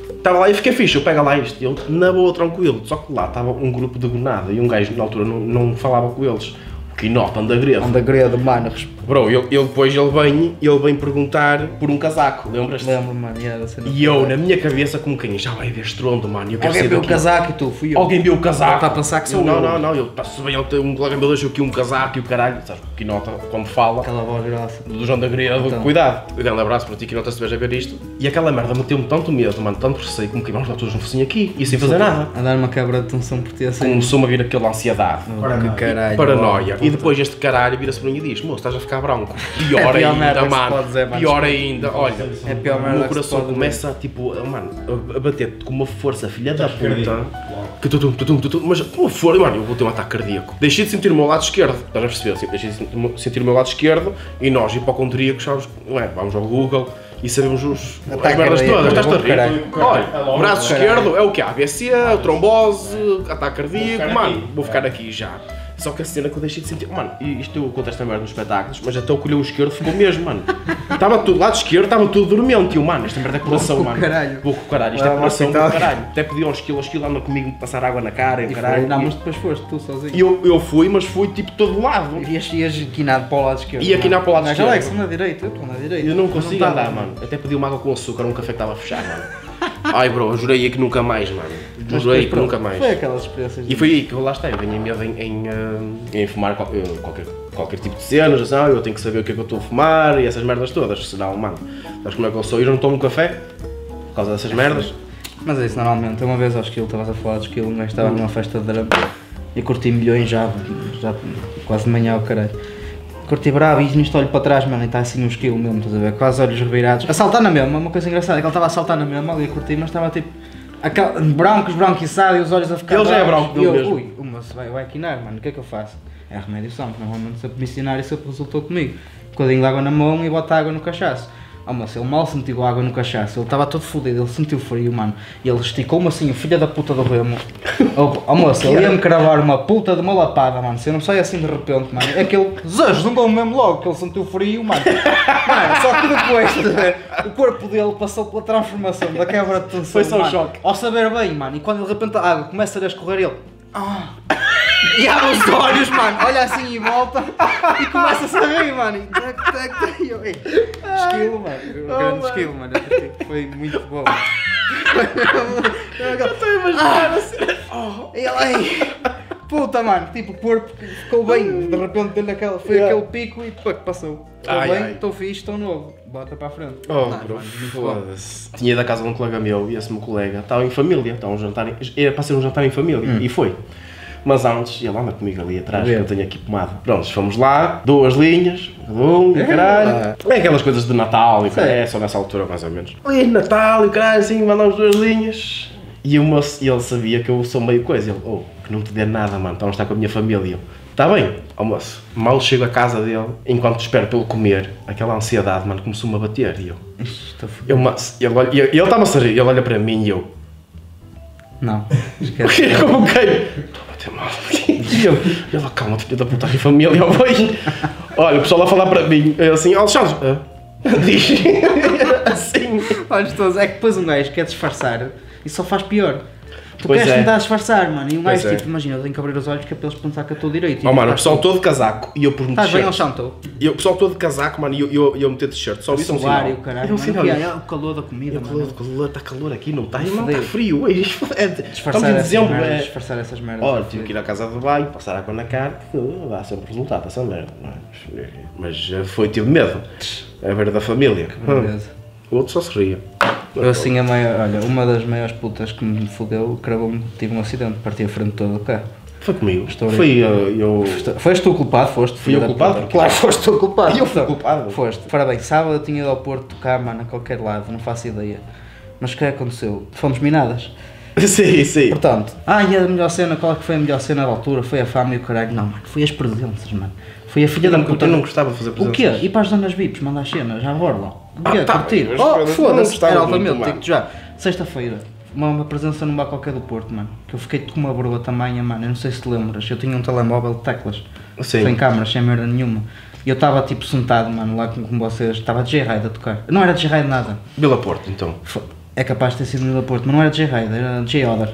Speaker 3: Estava lá e fiquei fixe, eu pega lá isto. Ele, na boa, tranquilo. Só que lá estava um grupo de gonada e um gajo na altura não, não falava com eles. O Quinota, anda grego.
Speaker 2: Onda greda, mano, respeito.
Speaker 3: Bro, ele, ele depois ele vem, ele vem perguntar por um casaco, lembras-te?
Speaker 2: Lembro, mano, era a cena.
Speaker 3: E eu, né? na minha cabeça, como quem já vai ver estrondo, mano. Eu quero
Speaker 2: Alguém
Speaker 3: sair
Speaker 2: viu o
Speaker 3: daqui.
Speaker 2: casaco e tu, fui eu.
Speaker 3: Alguém viu o casaco?
Speaker 2: Ele está a pensar que sou
Speaker 3: não,
Speaker 2: eu.
Speaker 3: Não, não, não. Ele se bem, ele tem um colega meu deixou aqui um casaco e o caralho. Sabes, o Quinota, quando fala,
Speaker 2: Aquela voz grossa.
Speaker 3: do João da Grego,
Speaker 2: Então.
Speaker 3: cuidado. Um grande abraço para ti que não estás a ver isto. E aquela merda meteu-me tanto medo, mano, tanto receio, como que vamos lá todos não fossem aqui e sem fazer nada.
Speaker 2: A dar uma quebra de tensão por ti assim.
Speaker 3: Começou-me a vir aquela ansiedade,
Speaker 2: Que Oh, caralho.
Speaker 3: paranoia. E depois este caralho vira-se para mim e diz: Moço, estás a ficar branco. Pior
Speaker 2: É a pior merda
Speaker 3: ainda,
Speaker 2: que se
Speaker 3: mano.
Speaker 2: pode dizer, mano.
Speaker 3: Pior ainda, olha.
Speaker 2: É a pior
Speaker 3: o
Speaker 2: merda que
Speaker 3: meu
Speaker 2: se
Speaker 3: coração
Speaker 2: pode
Speaker 3: começa a tipo, a- mano, a- a bater-te com uma força, filha da puta. Que tutum, tutum, tutum, mas com uma força, mano, eu vou ter um ataque cardíaco. Deixei de sentir o meu lado esquerdo, estás a perceber? Assim, Deixei de sentir o meu- sentir o meu lado esquerdo e nós, hipocondríacos, sabes, ué, vamos ao Google. E sabemos os, as
Speaker 2: Ataque
Speaker 3: merdas
Speaker 2: cardíaco,
Speaker 3: todas, estás a
Speaker 2: eu vou
Speaker 3: rir?
Speaker 2: caralho.
Speaker 3: Olha, braço esquerdo é o que? AVC, trombose, ataque cardíaco, mano, vou ficar aqui já. Só que a cena que eu deixei de sentir. Mano, e isto eu conto esta merda nos espetáculos, mas até o colhão esquerdo ficou mesmo, mano. Estava tudo, lado esquerdo estava tudo dormente. E eu, mano, esta merda é coração,
Speaker 2: com o
Speaker 3: mano.
Speaker 2: caralho.
Speaker 3: Vou com o caralho, isto é
Speaker 2: Lá no
Speaker 3: coração do
Speaker 2: hospital.
Speaker 3: caralho. Até pedi ao esquilo, ao esquilo anda comigo passar água na cara e o
Speaker 2: E
Speaker 3: caralho.
Speaker 2: foi, não, mas depois foste tu sozinho.
Speaker 3: E eu, eu fui, mas fui tipo todo lado.
Speaker 2: E ias, ias guinado para o lado esquerdo.
Speaker 3: Ia guinar para o lado
Speaker 2: Mas,
Speaker 3: esquerdo.
Speaker 2: Alex, anda direito, eu estou na direita.
Speaker 3: Eu não consigo
Speaker 2: dá,
Speaker 3: andar, mano. Até pedi uma água com açúcar, um café que estava a fechar, mano. Ai, bro, eu jurei aí que nunca mais, mano.
Speaker 2: Mas
Speaker 3: Jurei
Speaker 2: depois,
Speaker 3: que nunca
Speaker 2: pronto,
Speaker 3: mais.
Speaker 2: Foi aquelas experiências.
Speaker 3: E foi aí que eu lá estava, eu tinha medo em, em, ah, em fumar qual- eh, qualquer, qualquer tipo de cenas, assim, ah, eu tenho que saber o que é que eu estou a fumar e essas merdas todas, senão, mano, sabes como é que eu sou? Eu não tomo café por causa dessas merdas.
Speaker 2: Mas é isso, normalmente, uma vez ao esquilo, estavas a falar do esquilo, mas um estava numa festa de drama e curti milhões já, já quase de manhã ao caralho. Curti bravo e nisto olho para trás, mano, e está assim um esquilo mesmo, estás a ver? Quase olhos revirados. A saltar na mesma, uma coisa engraçada, é que ele estava a saltar na mesma ali a curtir, mas estava tipo. Aquel, brancos, branquiçado e os olhos a ficar.
Speaker 3: Ele já é
Speaker 2: brancos.
Speaker 3: branco dele
Speaker 2: E eu,
Speaker 3: mesmo.
Speaker 2: Ui, o moço vai, vai quinar, mano, o que é que eu faço? É remédio santo, normalmente sempre missionário sempre resultou comigo. Codinho de água na mão e bota água no cachaço. Ah, moço, ele mal se meteu água no cachaço, ele estava todo fodido, ele sentiu frio, mano. E ele esticou-me assim, o filho da puta do remo. Oh, moço, ele ia-me cravar uma puta de uma lapada, mano. Se eu não saio assim de repente, mano. É que ele, zás, não me mesmo logo, que ele sentiu frio, mano. Mano, só que depois, estás a ver, o corpo dele passou pela transformação da quebra de tensão.
Speaker 3: Foi só um
Speaker 2: mano.
Speaker 3: choque.
Speaker 2: Ao saber bem, mano, e quando de repente a água começa a escorrer, ele. "Ah." E abre os olhos, mano, olha assim e volta e começa a saber, mano. E tac, tac, tac, e eu, ei, esquilo, mano. Um grande esquilo, mano. eu curti, Foi muito bom. Eu estou a imaginar assim. E ele, ei, puta, mano. Tipo, o corpo ficou bem. De repente, deu naquela, foi
Speaker 3: Yeah.
Speaker 2: aquele pico e pá, passou. Estou
Speaker 3: Ai,
Speaker 2: bem,
Speaker 3: ai.
Speaker 2: estou fixe, estou novo. Bota para a frente.
Speaker 3: Oh,
Speaker 2: Ah,
Speaker 3: bro,
Speaker 2: mano, muito bom.
Speaker 3: foda-se. Tinha ido à casa de um colega meu e esse meu colega estava em família, estava um jantar, em- era para ser um jantar em família,
Speaker 2: Hum.
Speaker 3: e foi. Mas antes, ele anda comigo ali atrás, que
Speaker 2: Bem.
Speaker 3: eu tenho aqui pomada. Prontos, fomos lá, duas linhas, um, e caralho. É aquelas coisas de Natal e caralho, é só nessa altura mais ou menos. Ali de Natal e caralho, assim, mandamos duas linhas. E o moço, ele sabia que eu sou meio coisa. Ele, oh, que não te dê nada, mano, então está com a minha família. Está bem, ó moço. Mal chego à casa dele, enquanto espero pelo comer, aquela ansiedade, mano, começou-me a bater. E eu,
Speaker 2: Estou f...
Speaker 3: eu, mas, ele olha- e ele e ele está-me a sorrir, ele olha para mim e eu.
Speaker 2: Não,
Speaker 3: O
Speaker 2: esquece.
Speaker 3: que é como quem? Estou a bater mal. E ele, ele calma, filho da puta, a minha família ao bem. Olha, o pessoal a falar para mim, eu assim, Alexandre, hã? diz assim.
Speaker 2: É Olha, estou a dizer, é que depois um gajo quer disfarçar e só faz pior. Tu
Speaker 3: Pois
Speaker 2: queres
Speaker 3: é.
Speaker 2: tentar disfarçar, mano, e um
Speaker 3: Pois
Speaker 2: gajo,
Speaker 3: é.
Speaker 2: tipo, imagina, eu tenho que abrir os olhos que é para eles pensar que eu estou direito. E
Speaker 3: Oh mano, o
Speaker 2: estás-
Speaker 3: pessoal todo de casaco e eu por um
Speaker 2: Estás bem,
Speaker 3: t-shirt.
Speaker 2: eles são, estou.
Speaker 3: E eu- o pessoal todo de casaco, mano, e eu, eu, eu meter t-shirt. Só isso é um sinal.
Speaker 2: Solar e o caralho,
Speaker 3: É um
Speaker 2: mano,
Speaker 3: sinal.
Speaker 2: e aí, ah, o calor da comida,
Speaker 3: Está
Speaker 2: mano.
Speaker 3: calor, Tá calor, está calor aqui, não está? Não está
Speaker 2: Fudeu. assim, né?
Speaker 3: frio hoje. isto é- Estamos
Speaker 2: Disfarçar
Speaker 3: em
Speaker 2: essas
Speaker 3: dezembro.
Speaker 2: merdas,
Speaker 3: É...
Speaker 2: disfarçar essas merdas.
Speaker 3: Olha, tive que ir à casa de banho, passar água na cara, que uh, dá sempre resultado, essa merda. não é? Mas, mas, uh, foi, tive medo. A ver da família.
Speaker 2: Beleza.
Speaker 3: O outro só se ria.
Speaker 2: Eu assim, a maior, olha, uma das maiores putas que me fodeu, cravou-me, tive um acidente, parti a frente toda do carro.
Speaker 3: Foi comigo.
Speaker 2: História.
Speaker 3: Foi uh, eu.
Speaker 2: Foste tu o culpado, foste. Fui
Speaker 3: eu culpado?
Speaker 2: Claro, foste tu o culpado.
Speaker 3: Eu fui o culpado.
Speaker 2: Foste. Parabéns, sábado eu tinha ido ao Porto tocar, mano, a qualquer lado, não faço ideia. Mas o que é que aconteceu? Fomos minadas.
Speaker 3: sim, sim.
Speaker 2: Portanto, ah, e a melhor cena, qual é que foi a melhor cena da altura? Foi a fama e o caralho. Não, mano, foi as presenças, mano. Foi a filha
Speaker 3: Eu
Speaker 2: da
Speaker 3: não,
Speaker 2: puta.
Speaker 3: eu não gostava de fazer
Speaker 2: O
Speaker 3: presença.
Speaker 2: quê? Ir para as zonas VIPs, mandar cenas, já borla. O
Speaker 3: Ah,
Speaker 2: quê?
Speaker 3: tá bem,
Speaker 2: Curtir?
Speaker 3: mas
Speaker 2: Oh,
Speaker 3: foda-se, não
Speaker 2: foda-se,
Speaker 3: gostava
Speaker 2: era
Speaker 3: muito,
Speaker 2: altamente,
Speaker 3: mano.
Speaker 2: digo-te já. Sexta-feira, uma, uma presença num bar qualquer do Porto, mano. Que eu fiquei com uma borla tamanha, mano. Eu não sei se te lembras. Eu tinha um telemóvel de teclas.
Speaker 3: Sim.
Speaker 2: Sem câmaras, sem merda nenhuma. E eu estava tipo sentado, mano, lá com, com vocês. Estava de J-Ride a tocar. Não era de J-Ride nada.
Speaker 3: Bela Porto, então.
Speaker 2: Fo- É capaz de ter sido no Vila Porto, mas não era DJ Raider, era DJ Oder.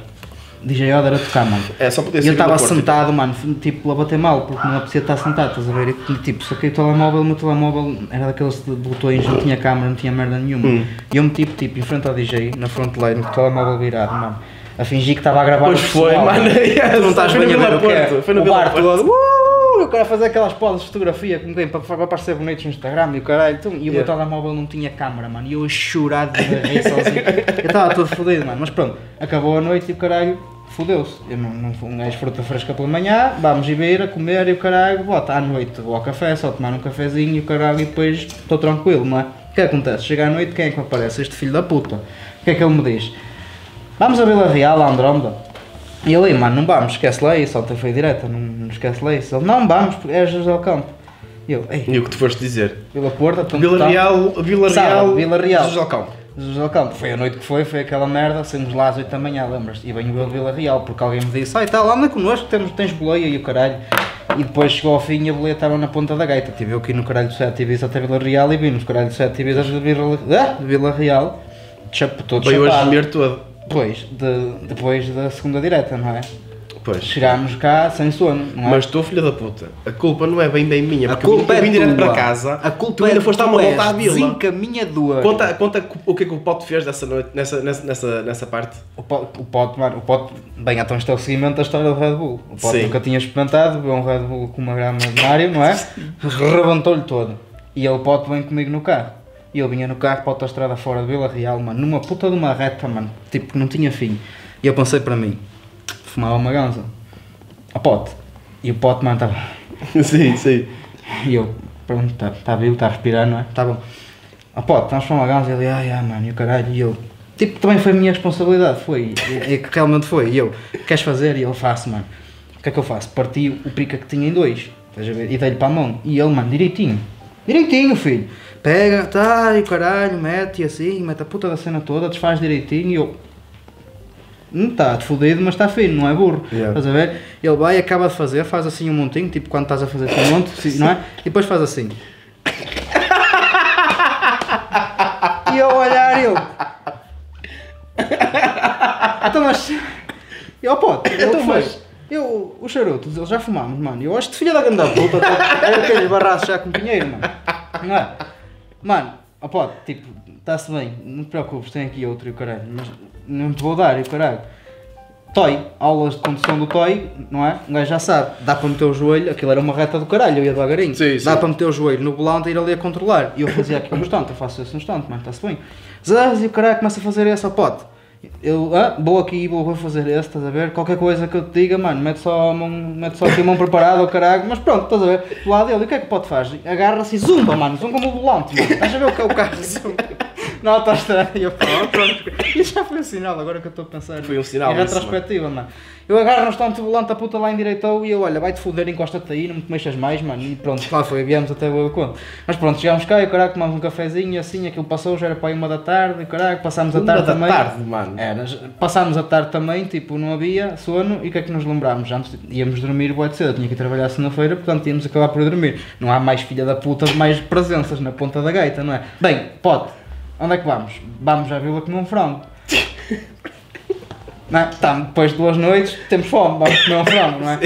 Speaker 2: DJ Oder a tocar, mano.
Speaker 3: É, só podia
Speaker 2: E
Speaker 3: ser
Speaker 2: eu estava
Speaker 3: Vila Porto,
Speaker 2: sentado, mano, fui, tipo, a bater mal, porque não apetecia estar sentado, estás a ver? E, tipo, saquei o telemóvel, o meu telemóvel era daqueles de botões, não tinha câmera, não tinha merda nenhuma. E eu meti, tipo, em frente ao DJ, na frontline, com o telemóvel virado, mano, a fingir que estava a gravar
Speaker 3: Pois
Speaker 2: o
Speaker 3: foi,
Speaker 2: pessoal.
Speaker 3: mano.
Speaker 2: Tu não estás
Speaker 3: Foi
Speaker 2: bem
Speaker 3: no
Speaker 2: a ver
Speaker 3: Vila
Speaker 2: o que é.
Speaker 3: Porto, foi no
Speaker 2: o
Speaker 3: Vila
Speaker 2: bar
Speaker 3: Porto.
Speaker 2: todo, "Uh, eu quero fazer aquelas poses de fotografia com quem para, para parecer bonitos no Instagram e o caralho. tum." E o meu
Speaker 3: Yeah.
Speaker 2: telemóvel não tinha câmera, mano. E eu a chorar de rir sozinho. Eu estava todo fodido, mano. Mas pronto, acabou a noite e o caralho fodeu-se. Eu não, não um gajo fruta fresca pela manhã, vamos ir beber, a comer e o caralho, bota à noite, vou ao café, só tomar um cafezinho e o caralho e depois estou tranquilo, não é? O que acontece? Chega à noite, quem é que me aparece? Este filho da puta. O que é que ele me diz? Vamos a Vila Real, a Andrómeda. E eu ali, mano, não vamos, esquece lá isso, ontem foi direta, não, não esquece lá isso. Ele, não vamos, porque é Jesus Campo. E eu, ei,
Speaker 3: E o que tu foste dizer?
Speaker 2: Vila Porta, tão
Speaker 3: Vila
Speaker 2: tão-
Speaker 3: Real, Vila
Speaker 2: Sábado,
Speaker 3: Real,
Speaker 2: Vila Real.
Speaker 3: Jesus Alcão.
Speaker 2: Jesus Alcântara, foi a noite que foi, foi aquela merda, saímos lá às 8 da manhã, lembras-te? E venho eu de Vila Real, porque alguém me disse, ai tal, anda connosco, temos, tens boleia e o caralho. E depois chegou ao fim e a boleia estava na ponta da gaita. Tive eu aqui no caralho do 7 Ibiza até Vila Real e vimos caralho do 7 Ibiza de Vila, ah, de Vila Real, chapo, todo
Speaker 3: Veio a
Speaker 2: chapado.
Speaker 3: gemer todo.
Speaker 2: Depois, de, depois da segunda direta, não é?
Speaker 3: Pois.
Speaker 2: Chegámos cá sem sono, não é?
Speaker 3: Mas tu, filha da puta, a culpa não é bem bem minha,
Speaker 2: A
Speaker 3: porque eu vim-
Speaker 2: culpa
Speaker 3: eu vim
Speaker 2: é
Speaker 3: direto
Speaker 2: tua.
Speaker 3: para casa,
Speaker 2: A culpa é
Speaker 3: tu ainda foste dar uma
Speaker 2: tua,
Speaker 3: volta à
Speaker 2: és
Speaker 3: vila.
Speaker 2: Desencaminhadora.
Speaker 3: Conta, conta o que é que o Pote fez nessa noite, nessa, nessa, nessa, nessa parte.
Speaker 2: O pote, o pote, mano, o pote. Bem, então isto é o seguimento da história do Red Bull. O pote
Speaker 3: Sim.
Speaker 2: nunca tinha experimentado, bebeu um Red Bull com uma grama de Mário, não é? Rebentou-lhe todo. E ele, o pote, vem comigo no carro. E eu vinha no carro para a autostrada fora de Vila Real, mano, numa puta de uma reta, mano, tipo que não tinha fim. E eu pensei para mim, fumava uma ganza. A pote. E o pote, mano, estava.
Speaker 3: sim, sim.
Speaker 2: E eu, pronto, está tá vivo, está a respirar, não é? Está bom. Ah, pô, estamos para uma ganza, ele, ai, ah, mano, e o caralho, e eu, tipo, também foi a minha responsabilidade, foi, é, é que realmente foi, e eu, queres fazer? E ele, faço, mano. O que é que eu faço? Parti o pica que tinha em dois, estás a ver? E dei-lhe para a mão, e ele, mano, direitinho, direitinho, filho, pega, tá, e o caralho, mete, e assim, mete a puta da cena toda, desfaz direitinho, e eu, não está fodido, Hum, tá mas está fino, não é burro.
Speaker 3: Yeah.
Speaker 2: Estás a ver? Ele vai, acaba de fazer, faz assim um montinho, tipo quando estás a fazer assim um monte, sim, não é? E depois faz assim. e eu olhar eu. então mas. Eu pode,
Speaker 3: Então,
Speaker 2: então
Speaker 3: mas-
Speaker 2: mas. Eu, o charuto, eles já fumámos, mano. Eu acho que filha da grande puta, tá- era aqueles barraços já com dinheiro, mano. Não é? Mano, ó pode, tipo, está-se bem, não te preocupes, tem aqui outro e o caralho, mas não te vou dar e o caralho. Toy, aulas de condução do Toy, não é? Um gajo já sabe, dá para meter o joelho, aquilo era uma reta do caralho, eu ia devagarinho.
Speaker 3: Sim, sim.
Speaker 2: Dá para meter o joelho no volante e ir ali a controlar. E eu fazia aquilo no instante, eu faço isso no instante, mano, está-se bem. Zaz, e o caralho começa a fazer essa pote. Eu, ah, vou aqui, vou, vou fazer esse, estás a ver? Qualquer coisa que eu te diga, mano, mete só, a mão, mete só aqui a mão preparada, o caralho, mas pronto, estás a ver? Do lado dele, o que é que o pote faz? Agarra-se e zumba, mano, zumba no volante, mano, estás a ver o que é o carro? Zumba. Na autostrada, e eu falo, "Ah, pronto, isso já foi um sinal, agora que eu estou a pensar.
Speaker 3: Foi um sinal
Speaker 2: Em
Speaker 3: isso,
Speaker 2: retrospectiva.
Speaker 3: mano.
Speaker 2: Perspectiva, mano. Eu agarro no estante volante, a puta lá endireitou e eu, olha, vai-te foder, encosta-te aí, não me te mexas mais, mano. E pronto, lá foi, viemos até o conto. Mas pronto, chegámos cá e o caralho tomámos um cafezinho e assim, aquilo passou, já era para aí uma da tarde, e caralho, passámos a
Speaker 3: Uma
Speaker 2: tarde
Speaker 3: da
Speaker 2: também.
Speaker 3: tarde, mano.
Speaker 2: Era, já- passámos a tarde também, tipo, não havia sono e o que é que nos lembrámos? Antes íamos dormir boa de cedo, eu tinha que ir trabalhar segunda-feira, portanto íamos acabar por dormir. Não há mais filha da puta de mais presenças na ponta da gaita, não é? Bem, pote, onde é que vamos? Vamos à vila comer um frango. Não é? Tá, depois de duas noites, temos fome, vamos comer um frango, não é?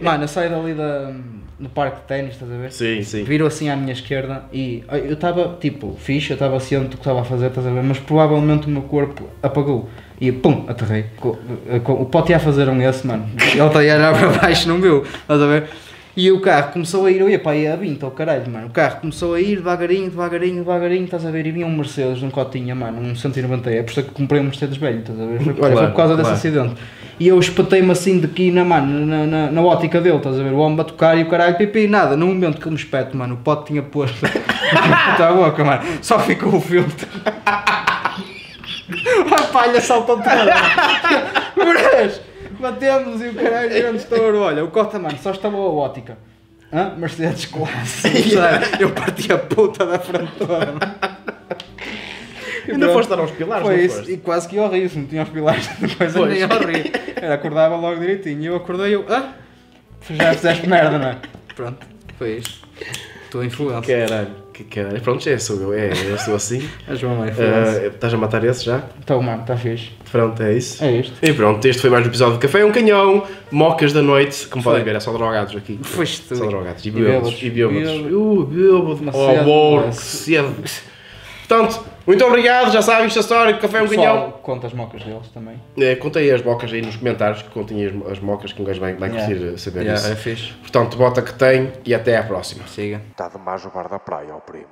Speaker 2: Mano, eu saí dali da, do parque de ténis, estás a ver?
Speaker 3: Sim, sim.
Speaker 2: Virou assim à minha esquerda e eu estava tipo fixe, eu estava ciente do que estava a fazer, estás a ver? Mas provavelmente o meu corpo apagou e pum, aterrei. Co- eh, co- O pote ia a fazer um esse, mano. Ele está a olhar para baixo, não viu, estás a ver? E o carro começou a ir, eu ia para aí a 20, ao caralho, mano. O carro começou a ir devagarinho, devagarinho, devagarinho, estás a ver? E vinha um Mercedes, um Cotinha, mano, um 190. É por isso que comprei um Mercedes velho, estás a ver? Foi,
Speaker 3: Claro,
Speaker 2: foi por causa
Speaker 3: claro.
Speaker 2: desse acidente. E eu espetei-me assim de aqui na, mano, na, na, na ótica dele, estás a ver? O homem a tocar e o caralho, pipi, nada. No momento que eu me espeto, mano, o pote tinha posto. Puta boca, mano. Só ficou o filtro. A palha saltou toda. Brás, batemos e o caralho grande estouro. Olha, o Cota, mano, só estava a ótica. Hã? Mercedes classe. sabe? Eu parti a puta da frente toda. mano.
Speaker 3: Ainda foste dar aos pilares,
Speaker 2: Foi
Speaker 3: não
Speaker 2: isso,
Speaker 3: foste?
Speaker 2: e quase que eu ri, se não tinha os pilares, depois eu
Speaker 3: Pois.
Speaker 2: nem eu ri. Era, acordava logo direitinho. E eu acordei, eu, ah, já fizeste merda, não é? Pronto, foi isto. Estou influência.
Speaker 3: Caralho, que caralho. Pronto, é, sou eu, é, eu sou assim.
Speaker 2: És uma má influência.
Speaker 3: Ah, estás a matar esse já?
Speaker 2: Eh, Então, mano, está fixe.
Speaker 3: Pronto, é isso.
Speaker 2: É isto.
Speaker 3: E pronto, este foi mais um episódio de Café é um Canhão, mocas da noite, como podem ver, é só drogados aqui.
Speaker 2: Foste tu.
Speaker 3: Só drogados. E
Speaker 2: E
Speaker 3: bêbados.
Speaker 2: bêbados.
Speaker 3: E bêbados.
Speaker 2: Bêbados.
Speaker 3: Uh, bêbado.
Speaker 2: Uma
Speaker 3: Oh,
Speaker 2: sede,
Speaker 3: amor,
Speaker 2: uma
Speaker 3: que sede. Portanto, muito obrigado, já sabem, esta história, Café é um Canhão.
Speaker 2: Pessoal, conta as mocas deles também.
Speaker 3: É, contei as bocas aí nos comentários, que contem as, as mocas que um gajo vai, vai
Speaker 2: Yeah.
Speaker 3: curtir saber
Speaker 2: Yeah,
Speaker 3: isso.
Speaker 2: É fixe.
Speaker 3: Portanto, bota que tem e até à próxima.
Speaker 2: Siga.
Speaker 4: Está de mais o bar da praia ao primo.